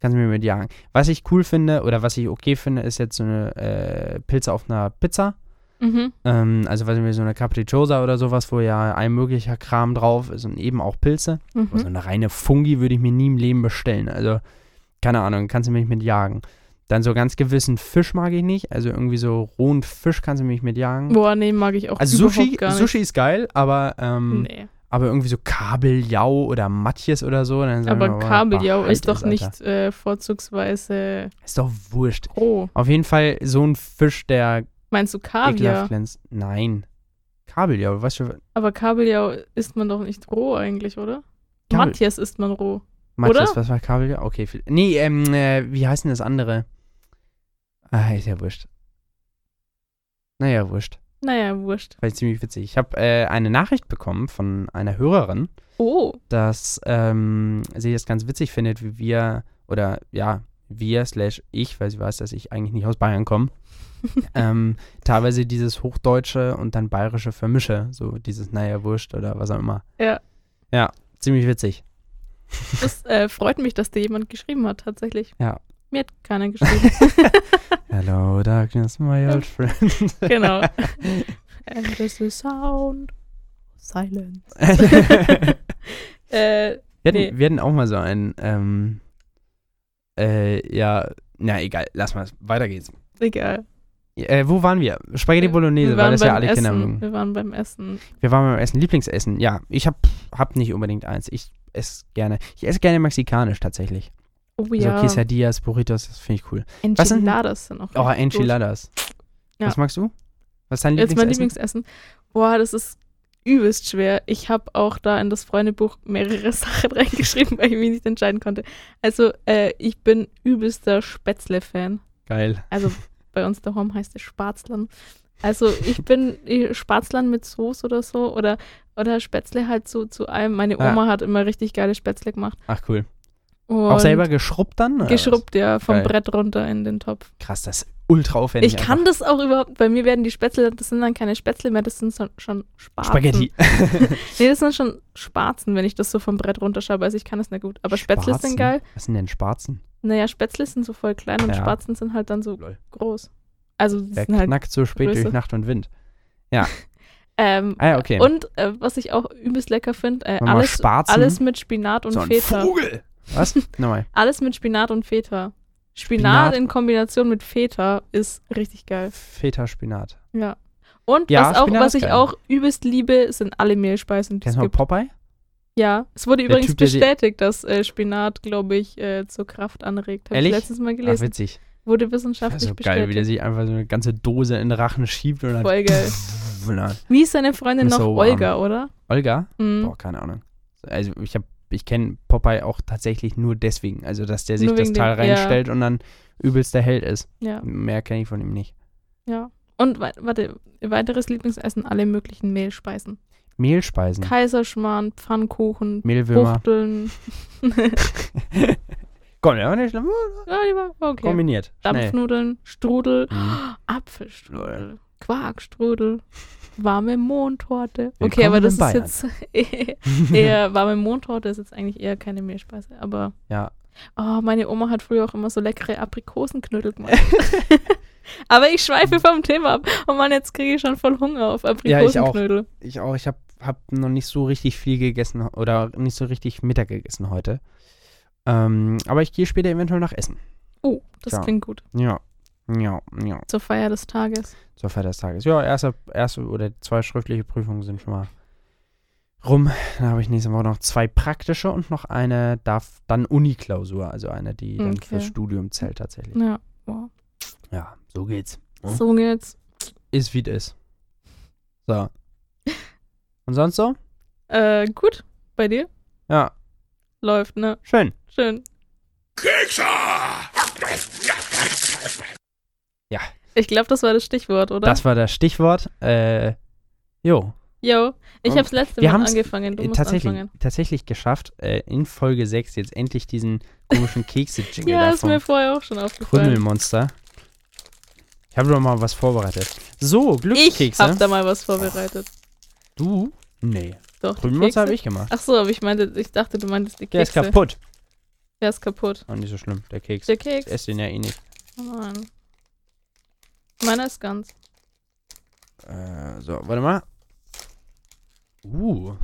Kannst du mir mitjagen. Was ich cool finde oder was ich okay finde, ist jetzt so eine äh, Pilze auf einer Pizza. Mhm. Ähm, also, weiß ich nicht, so eine Capricciosa oder sowas, wo ja ein möglicher Kram drauf ist und eben auch Pilze. Aber so Mhm. Also eine reine Fungi würde ich mir nie im Leben bestellen. Also, keine Ahnung, kannst du mich mit jagen. Dann so ganz gewissen Fisch mag ich nicht. Also irgendwie so rohen Fisch kannst du mich mit jagen. Boah, nee, mag ich auch also überhaupt Sushi, gar nicht. Sushi ist geil, aber, ähm, Nee. aber irgendwie so Kabeljau oder Matjes oder so. Dann sagen wir Aber mal, Kabeljau boah, ist halt doch Alter. nicht äh, vorzugsweise Ist doch wurscht. roh. Auf jeden Fall so ein Fisch, der Meinst du ekelhaft Kaviar? glänzt. Nein. Kabeljau, weißt du, Aber Kabeljau isst man doch nicht roh eigentlich, oder? Kabel- Matthias isst man roh. Matjes, Oder? was war Kabeljau? Okay, viel. Nee, ähm, äh, wie heißt denn das andere? Ah, ist ja wurscht. Naja, wurscht. Naja, wurscht. War ziemlich witzig. Ich habe äh, eine Nachricht bekommen von einer Hörerin, [laughs] Oh, dass ähm, sie das ganz witzig findet, wie wir, oder ja, wir slash ich, weil sie weiß, dass ich eigentlich nicht aus [laughs] Bayern komme, ähm, teilweise dieses Hochdeutsche und dann Bayerische vermische. So dieses, naja, wurscht oder was auch immer. Ja. Ja, ziemlich witzig. das äh, freut mich, dass dir jemand geschrieben hat, tatsächlich. Ja. Mir hat keiner geschrieben. [laughs] Hello, darkness, my old friend. [laughs] genau. And this is sound. Silence. [laughs] wir, Äh, hatten, Nee. wir hatten auch mal so einen, ähm, äh, ja, na egal, lass mal, weiter geht's. egal. Äh, wo waren wir? Spaghetti Äh, Bolognese, weil das ja alle Essen. Kinder mögen. Wir waren beim Essen. Wir waren beim Essen, Lieblingsessen, ja. Ich hab, hab nicht unbedingt eins, ich esse gerne, ich esse gerne mexikanisch tatsächlich. Oh ja. So Quesadillas, Burritos, das finde ich cool. Also, was sind- Enchiladas sind auch Oh, richtig gut. Enchiladas. Ja. Was magst du? Was ist dein Jetzt mein Lieblingsessen? Lieblingsessen. Boah, das ist übelst schwer. Ich habe auch da in das Freundebuch mehrere [laughs] Sachen reingeschrieben, weil ich mich nicht entscheiden konnte. Also, äh, ich bin übelster Spätzle-Fan. Geil. Also, [laughs] bei uns daheim heißt es Spatzlern. Also, ich bin äh, Spatzlern mit Soße oder so oder, oder Spätzle halt so zu allem. Meine Ah. Oma hat immer richtig geile Spätzle gemacht. Ach cool. Und Auch selber geschrubbt dann? oder was? geschrubbt, ja, vom Geil. Brett runter in den Topf. Krass, das ist ultra aufwendig. Ich kann das auch überhaupt, bei mir werden die Spätzle, das sind dann keine Spätzle mehr, das sind so, schon Spatzen. einfach. Spaghetti. Nee, das sind schon Spatzen, wenn ich das so vom Brett runterschabe. Also ich kann das nicht gut. Aber Spätzle Sparzen? sind geil. Was sind denn Sparzen? Naja, Spätzle sind so voll klein und Ja. Spatzen sind halt dann so Lol. groß. Also die Der sind halt. knackt so spät Größe. durch Nacht und Wind. Ähm, Ah ja, okay. Und äh, was ich auch übelst lecker finde, äh, Wenn man alles, Sparzen, alles mit Spinat und so ein Feta. Vogel. [laughs] Was? Nochmal. Alles mit Spinat und Feta. Spinat, Spinat? in Kombination mit Feta ist richtig geil. Feta Spinat. Ja. Und Ja, was, auch, Spinat was ist ich geil. auch übelst liebe, sind alle Mehlspeisen, die es Kennst du noch gibt. Popeye? Ja, es wurde übrigens Typ, der die- bestätigt, dass äh, Spinat, glaube ich, äh, zur Kraft anregt. Habe ich Ehrlich? letztens mal Ach, gelesen. witzig. wurde Das ist wissenschaftlich so geil, wie der bestätigt. sich einfach so eine ganze Dose in den Rachen schiebt und dann. Voll geil. [laughs] Und dann Wie ist seine Freundin Ist noch? so warm. Olga, oder? Olga? Mhm. Boah, keine Ahnung. Also ich habe, ich kenne Popeye auch tatsächlich nur deswegen. Also dass der sich Nur das wegen Teil dem- ja. reinstellt und dann übelst der Held ist. Ja, Mehr kenne ich von ihm nicht. ja. Und wei- warte, weiteres Lieblingsessen, alle möglichen Mehlspeisen. Mehlspeisen. Kaiserschmarrn, Pfannkuchen, Mehlwürmer. Buchteln. Komm, der war nicht schlimm. ja, die war okay. Kombiniert. Schnell. Dampfnudeln, Strudel, Mhm. Apfelstrudel. Quarkstrudel, warme Mondtorte. Okay, Willkommen aber das in ist Bayern. jetzt [laughs] eher, warme Mondtorte ist jetzt eigentlich eher keine Mehlspeise, aber Ja. oh, meine Oma hat früher auch immer so leckere Aprikosenknödel [laughs] gemacht. aber ich schweife vom Thema ab. Oh Mann, jetzt kriege ich schon voll Hunger auf Ja, ich auch. Aprikosenknödel. Ich auch, ich habe hab noch nicht so richtig viel gegessen oder nicht so richtig Mittag gegessen heute. Ähm, aber ich gehe später eventuell nach Essen. oh, das Ja. klingt gut. Ja, ja, ja. Zur Feier des Tages. Zur Feier des Tages. Ja, erste, erste oder zwei schriftliche Prüfungen sind schon mal rum. Dann habe ich nächste Woche noch zwei praktische und noch eine darf dann Uni-Klausur, also eine, die dann Okay. Mhm. fürs Studium zählt tatsächlich. Ja, wow. Ja, so geht's. Hm? So geht's. Ist wie es ist. So. Und sonst so? Äh, gut, bei dir? Ja, Läuft, ne? schön. Schön. Ja. Ich glaube, das war das Stichwort, oder? Das war das Stichwort. Äh, jo. Jo, ich Ähm, hab's letzte wir Mal haben's, angefangen. Du Äh, musst tatsächlich, anfangen. tatsächlich geschafft, äh, in Folge 6 jetzt endlich diesen [laughs] komischen Kekse-Jingle Ja, ist davon. mir vorher auch schon aufgefallen. Krümelmonster. Ich habe doch mal was vorbereitet. So, Ich Glückskekse. hab da mal was vorbereitet. du? Nee. Doch, die Kekse? Krümelmonster habe ich gemacht. Ach so, aber ich meinte, ich dachte, du meintest die Kekse. Der ist kaputt. Der ist kaputt. Oh, nicht so schlimm, der Keks. Der Ich Keks. esse den ja eh nicht. Oh Mann. Meiner ist ganz. Äh, so, warte mal. Uh.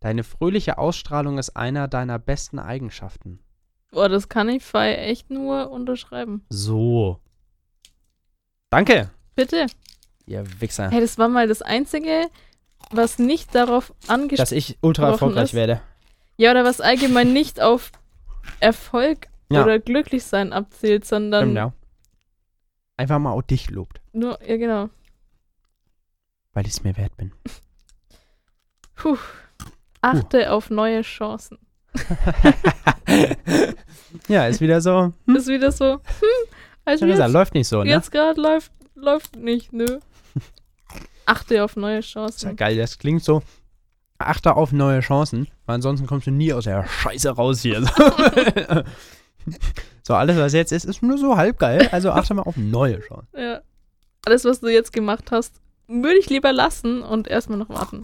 Deine fröhliche Ausstrahlung ist einer deiner besten Eigenschaften. Boah, das kann ich Fei echt nur unterschreiben. So. Danke, Bitte. ihr Wichser. Hey, das war mal das Einzige, was nicht darauf angesprochen Dass ich ultra Wochen erfolgreich ist. werde. Ja, oder was allgemein nicht auf Erfolg Ja. oder Glücklichsein abzielt, sondern Genau. Einfach mal auch dich lobt, nur, ja genau. weil ich es [laughs] mir wert bin. Puh. Achte auf neue Chancen. ja, ist wieder so. Hm, Ist wieder so, hm, also schon gesagt, jetzt, läuft nicht so, ne? jetzt gerade läuft, läuft nicht, [laughs] nö. Achte auf neue Ist ja Chancen. geil, das klingt so. Achte auf neue Chancen, weil ansonsten kommst du nie aus der Scheiße [laughs] raus hier. [laughs] So. so, alles, was jetzt ist, ist nur so halb geil. Also achte mal auf neue Chancen. Ja. Alles, was du jetzt gemacht hast, würde ich lieber lassen und erstmal noch warten.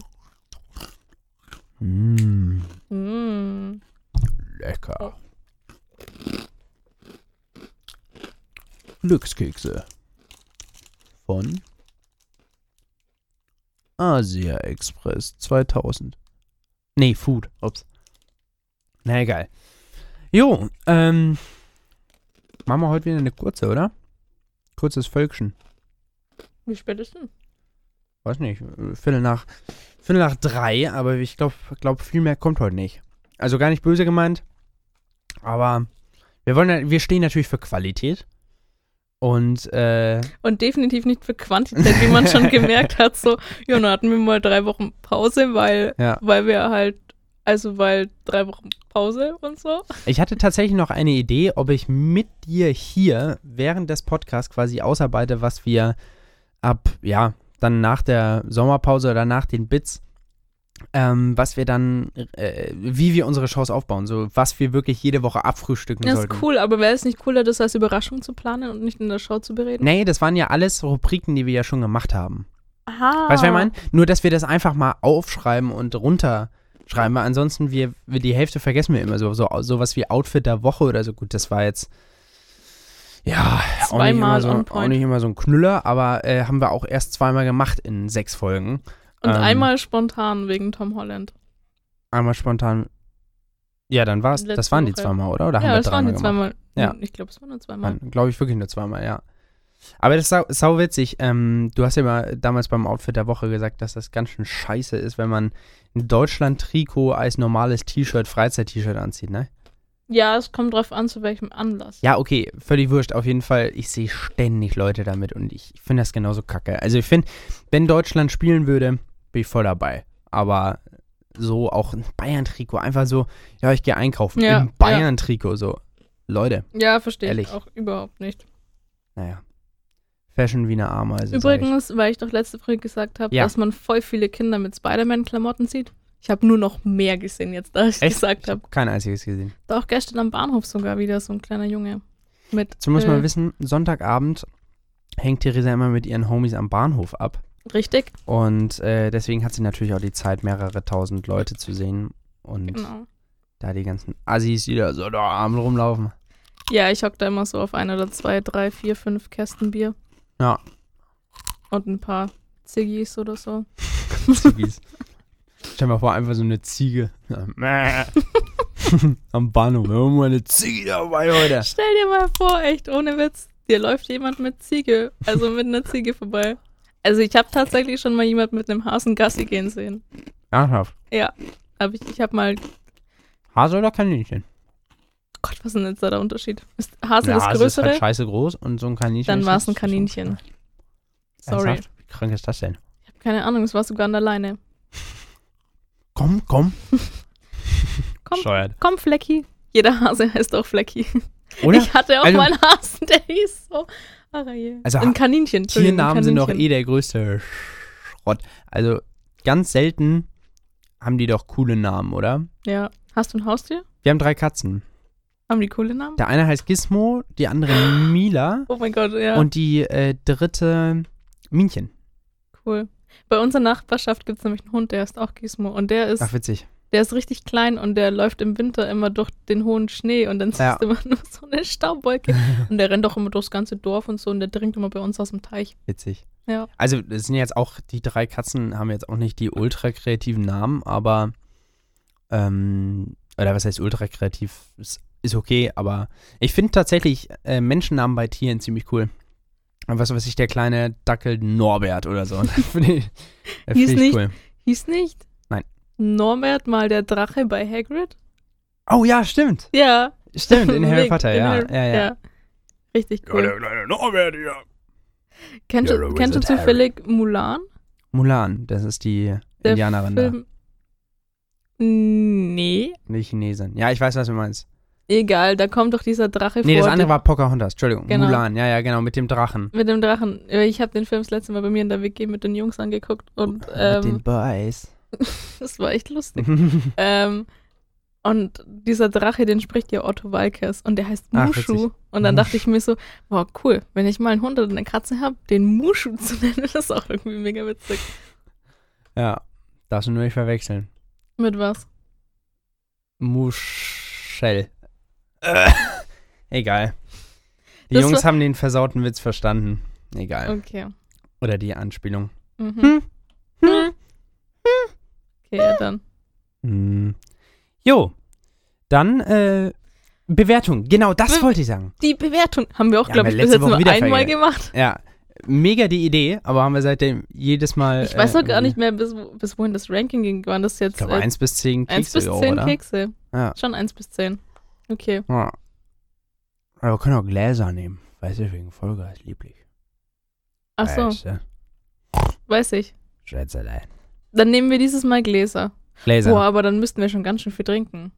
Mm, Hm. lecker. Glückskekse. Von Asia Express 2000. Nee, Food. Ups. Na egal. Jo, ähm. Machen wir heute wieder eine kurze, oder? Kurzes Völkchen. Wie spät ist denn? Weiß nicht. äh, Viertel nach, Viertel nach drei, aber ich glaube, glaub, viel mehr kommt heute nicht. Also gar nicht böse gemeint. Aber wir wollen ja- wir stehen natürlich für Qualität. Und äh, Und definitiv nicht für Quantität, wie man schon gemerkt hat. So, ja, dann hatten wir mal drei Wochen Pause, weil, Ja. weil wir halt, also weil drei Wochen Pause und so. ich hatte tatsächlich noch eine Idee, ob ich mit dir hier während des Podcasts quasi ausarbeite, was wir ab, ja, dann nach der Sommerpause oder nach den Bits, ähm, was wir dann, äh, wie wir unsere Shows aufbauen, so was wir wirklich jede Woche abfrühstücken Das sollten. ist cool, aber wäre es nicht cooler, das als Überraschung zu planen und nicht in der Show zu bereden? Nee, das waren ja alles Rubriken, die wir ja schon gemacht haben. Aha. Weißt du, was ich meine? Nur, dass wir das einfach mal aufschreiben und runterschreiben, weil ansonsten wir, wir die Hälfte vergessen wir immer. So, so sowas wie Outfit der Woche oder so. Gut, das war jetzt. Ja, auch nicht, immer Zweimal so, on auch point. nicht immer so ein Knüller, aber äh, haben wir auch erst zweimal gemacht in sechs Folgen. Und Ähm, einmal spontan wegen Tom Holland. Einmal spontan. Ja, dann war's. Letzte Das waren die Woche. zweimal, oder? Oder haben ja, wir das waren dreimal die gemacht? zweimal. Hm, Ja. Ich glaube, es waren nur zweimal. Man, glaube ich wirklich nur zweimal, ja. Aber das ist sau, sau witzig. Ähm, du hast ja mal damals beim Outfit der Woche gesagt, dass das ganz schön scheiße ist, wenn man ein Deutschland-Trikot als normales T-Shirt, Freizeit-T-Shirt anzieht, ne? Ja, es kommt drauf an, zu welchem Anlass. Ja, okay, völlig wurscht. Auf jeden Fall, ich sehe ständig Leute damit und ich, ich finde das genauso kacke. Also ich finde, wenn Deutschland spielen würde, bin ich voll dabei. Aber so auch ein Bayern-Trikot, einfach so, ja, ich gehe einkaufen. Ja, Im Bayern-Trikot, so. Leute, Ja, verstehe Ehrlich. ich auch überhaupt nicht. naja. Fashion wie eine Ameise. sag ich. Übrigens, weil ich doch letzte Folge gesagt habe, Ja. dass man voll viele Kinder mit Spider-Man-Klamotten sieht. Ich habe nur noch mehr gesehen jetzt, da ich [laughs] Echt? gesagt Ich habe. habe kein einziges gesehen. Doch gestern am Bahnhof sogar wieder so ein kleiner Junge. Mit, Dazu muss man äh, wissen, Sonntagabend hängt Theresa immer mit ihren Homies am Bahnhof ab. Richtig? Und äh, deswegen hat sie natürlich auch die Zeit, mehrere tausend Leute zu sehen. Und Genau. da die ganzen Assis, die da so da Arm rumlaufen. Ja, ich hock da immer so auf ein oder zwei, drei, vier, fünf Kästen Bier. Ja. Und ein paar Ziggis oder so. [laughs] Ziggis. Stell dir mal vor, einfach so eine Ziege. [laughs] Mäh. Am Bahnhof. Wir haben mal eine Ziege dabei heute. Stell dir mal vor, echt ohne Witz, dir läuft jemand mit Ziege, also mit einer Ziege vorbei. Also ich habe tatsächlich schon mal jemand mit einem Hasen Gassi gehen sehen. Ernsthaft. Aber ich, ich habe mal, Hase oder Kaninchen? Gott, was ist denn jetzt da der Unterschied? Ist Hase Ja, das Hase ist Größere? halt scheiße groß und so ein Kaninchen. Dann ist war's ein nicht so groß. Kaninchen. Sorry, Ernsthaft? Wie krank ist das denn? ich habe keine Ahnung, es war sogar an der Leine. Komm, komm. Komm, Scheuert. komm Flecki. Jeder Hase heißt auch Flecki. Oder? Ich hatte auch Also- mal einen Hasen, der hieß so. Ach, je. Also ein Kaninchen. Entschuldigung, ein Tiernamen sind doch eh Kaninchen. der größte Schrott. Also ganz selten haben die doch coole Namen, oder? Ja. Hast du ein Haustier? Wir haben drei Katzen. Haben die coole Namen? Der eine heißt Gizmo, die andere Mila Oh mein Gott, ja. und die äh, dritte Minchen. Cool. Bei unserer Nachbarschaft gibt es nämlich einen Hund, der heißt auch Gizmo. Und der ist, Ach, witzig. der ist richtig klein und der läuft im Winter immer durch den hohen Schnee und dann siehst Ja. du immer [laughs] nur so eine [laughs] Staubwolke. und der rennt auch immer durchs ganze Dorf und so und der trinkt immer bei uns aus dem Teich. Witzig. Ja. Also, das sind jetzt auch, die drei Katzen haben jetzt auch nicht die ultra kreativen Namen, aber, ähm, oder was heißt ultra kreativ? Ist, ist okay, aber ich finde tatsächlich äh, Menschennamen bei Tieren ziemlich cool. Was weiß ich, der kleine Dackel Norbert oder so. [laughs] Das finde ich, das Hieß find ich nicht- cool. Hieß nicht? Nein. Norbert mal der Drache bei Hagrid? Oh ja, stimmt. Ja. [laughs] Stimmt, in Harry Wegen- Potter, in ja, Harry- ja, ja. Richtig cool. kleine Norbert hier. Kennst You're du, a kennst du wizard, zufällig Mulan? Mulan, das ist die Der Indianerin da. Film? Nee, Die Chinesin. Ja, ich weiß, was du meinst. egal, da kommt doch dieser Drache vor. Nee, das andere der- war Pocahontas, Entschuldigung. Genau. Mulan, ja, ja, genau, mit dem Drachen. Mit dem Drachen. Ich habe den Film das letzte Mal bei mir in der WG mit den Jungs angeguckt und mit den ähm, Boys. das war echt lustig. Mhm. ähm, und dieser Drache, den spricht ja Otto Walkes und der heißt Ach, Mushu. witzig. und dann dachte ich mir so, boah, cool, wenn ich mal einen Hund oder eine Katze habe, den Mushu [laughs] zu nennen, das ist auch irgendwie mega witzig. [laughs] ja, darfst du nur nicht verwechseln. Mit was? [laughs] Muschel. Äh, Egal. Die Das Jungs haben den versauten Witz verstanden. Egal. Okay. Oder die Anspielung. Mhm. Hm. Hm. Okay, ja, dann. Hm. Jo, dann äh, Bewertung. Genau, das Be- wollte ich sagen. Die Bewertung haben wir auch, Ja, glaube haben ich, wir bis letzte jetzt Woche nur wieder einmal verge- gemacht. Ja, mega die Idee, aber haben wir seitdem jedes Mal. Ich weiß äh, noch gar irgendwie- nicht mehr, bis, wo- bis wohin das Ranking ging. Waren das Ich jetzt äh, glaube, 1 bis 10 eins Kekse, bis jo, 10 oder? Kekse? Ja. Schon 1 bis 10. Okay. ja. Aber wir können auch Gläser nehmen. Weißt du, wegen Vollgas lieblich. Achso, Weißt du? weiß ich. Schätzelein. Dann nehmen wir dieses Mal Gläser. Gläser. Boah, aber dann müssten wir schon ganz schön viel trinken.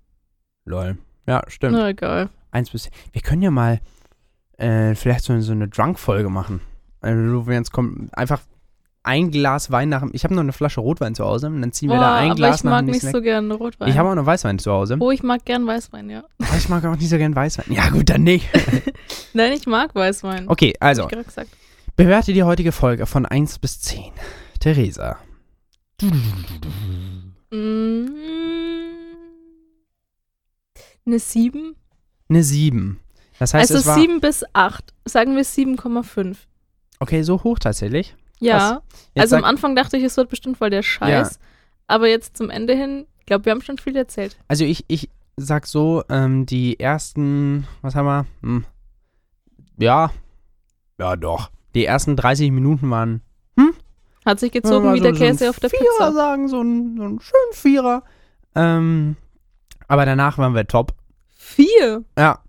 Lol. Ja, stimmt. Na egal. 1 bis 10. Wir können ja mal äh, vielleicht so, so eine Drunk-Folge machen. Also, du Jens, komm, einfach ein Glas Wein nach dem. Ich habe noch eine Flasche Rotwein zu Hause und dann ziehen wir Boah, da ein aber Glas ich nach mag dem nicht nächsten. so weg. gern Rotwein. ich habe auch noch Weißwein zu Hause. oh, ich mag gern Weißwein, ja. Aber ich mag auch nicht so gern Weißwein. Ja, gut, dann nicht. [laughs] Nein, ich mag Weißwein. Okay, Hab also, Ich gerade gesagt. Bewerte die heutige Folge von 1 bis 10. Theresa. Mm, eine 7? Eine 7. Das heißt, Also es war 7 bis 8. Sagen wir 7,5. okay, so hoch tatsächlich. Ja. Jetzt also am sag, Anfang dachte ich, es wird bestimmt voll der Scheiß. Aber jetzt zum Ende hin, ich glaube, wir haben schon viel erzählt. also ich, ich sag so, ähm, die ersten, was haben wir? Hm. Ja. Ja, doch. Die ersten 30 Minuten waren Hat sich gezogen Ja, wie so- der so ein Käse auf der Vierer Pizza. sagen, so ein, so ein schön Vierer. Ähm, aber danach waren wir top. Vier? Ja,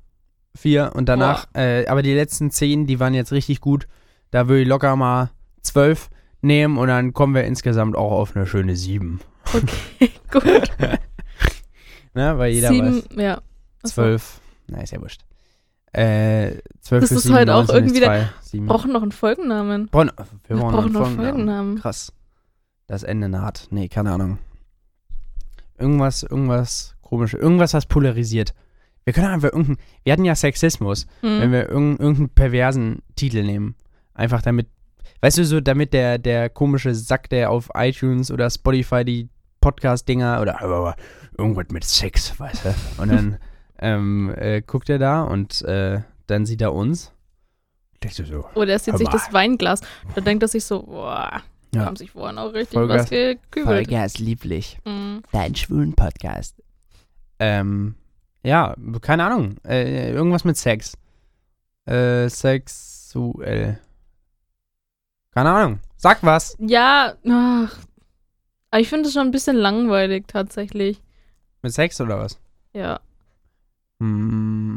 vier und danach, äh, aber die letzten zehn, die waren jetzt richtig gut. Da würde ich locker mal zwölf nehmen und dann kommen wir insgesamt auch auf eine schöne sieben. [laughs] Okay, gut. Ne, weil jeder Sieben, weiß, ja. Achso. zwölf, na ist ja wurscht. Äh, zwölf Das plus ist sieben, heute auch 19 ist irgendwie der- zwei, sieben. Wir brauchen noch einen Folgennamen. Brauchen- wir Wir brauchen, brauchen noch noch ähm. einen Folgennamen. Folgennamen. Krass. Das Ende naht. Nee, keine Ahnung. Irgendwas, irgendwas komisches. Irgendwas, was polarisiert. Wir können einfach irgendeinen, wir hatten ja Sexismus. Hm. wenn wir irgend- irgendeinen perversen Titel nehmen. Einfach damit, weißt du, so damit der, der komische Sack, der auf iTunes oder Spotify die Podcast-Dinger oder aber irgendwas mit Sex, weißt du. Und dann ähm, äh, guckt er da und äh, dann sieht er uns. Denkst du so, Oder er sieht Hör sich mal. das Weinglas. Da denkt er sich so, boah, Ja. haben sich vorhin auch richtig Vollgas- was gekübelt. Vollgas lieblich. Mhm. Dein schwulen Podcast. Ähm, ja, keine Ahnung. Äh, irgendwas mit Sex. Äh, sexuell. Keine Ahnung. Sag was. Ja, ach. Aber ich finde es schon ein bisschen langweilig tatsächlich. Mit Sex oder was? Ja.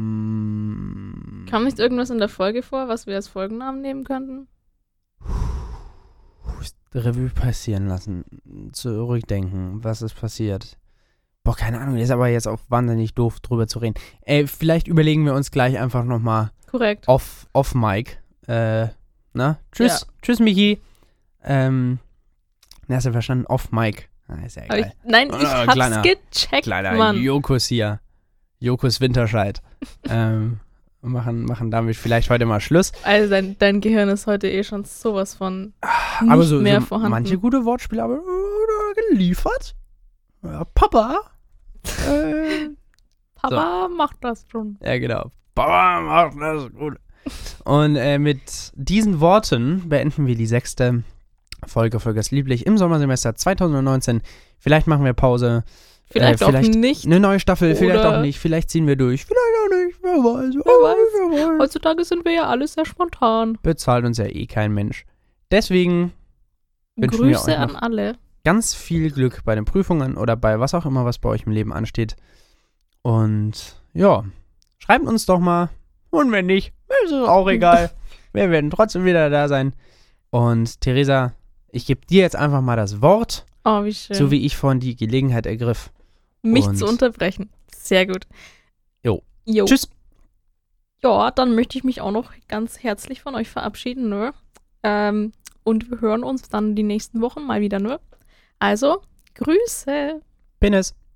Hm. Kam nicht irgendwas in der Folge vor, was wir als Folgennamen nehmen könnten? Revue passieren lassen. Zurückdenken. Was ist passiert? Boah, keine Ahnung. Ist aber jetzt auch wahnsinnig doof, drüber zu reden. Äh, vielleicht überlegen wir uns gleich einfach nochmal Korrekt. off, off Mike. Äh, na? Tschüss, tschüss, Michi. Ähm, na, hast du verstanden? Off Mike. Ah, ist ja Aber ich, egal. nein, ich Ah, hab's kleiner- gecheckt, Kleiner Mann. Jokus hier. [laughs] Jokus Winterscheid. ähm, machen, machen damit vielleicht heute mal Schluss. Also dein, dein Gehirn ist heute eh schon sowas von nicht aber so, so mehr vorhanden. manche gute Wortspiele aber äh, geliefert. Ja, [laughs] Papa. äh, Papa macht das schon. Ja, genau. Bauer macht das gut. Und äh, mit diesen Worten beenden wir die sechste Folge Volkers Lieblich im Sommersemester 2019. Vielleicht machen wir Pause. Vielleicht, Äh, vielleicht- auch nicht. Eine neue Staffel, vielleicht Oder- auch nicht. Vielleicht ziehen wir durch. Vielleicht auch nicht. Wer weiß. Wer weiß. weiß. Wer weiß. Heutzutage sind wir ja alles sehr spontan. Bezahlt uns ja eh kein Mensch. Deswegen Wünschen wir Grüße euch an noch- alle. ganz viel Glück bei den Prüfungen oder bei was auch immer, was bei euch im Leben ansteht. Und ja, schreibt uns doch mal. Und wenn nicht, ist es auch egal. Wir werden trotzdem wieder da sein. Und Theresa, ich gebe dir jetzt einfach mal das Wort, Oh, wie schön. so wie ich vorhin die Gelegenheit ergriff. Mich und- zu unterbrechen. Sehr gut. Jo. Jo. Tschüss. Ja, dann möchte ich mich auch noch ganz herzlich von euch verabschieden, ne? Ähm, und wir hören uns dann die nächsten Wochen mal wieder, ne? Also, Grüße. Penis.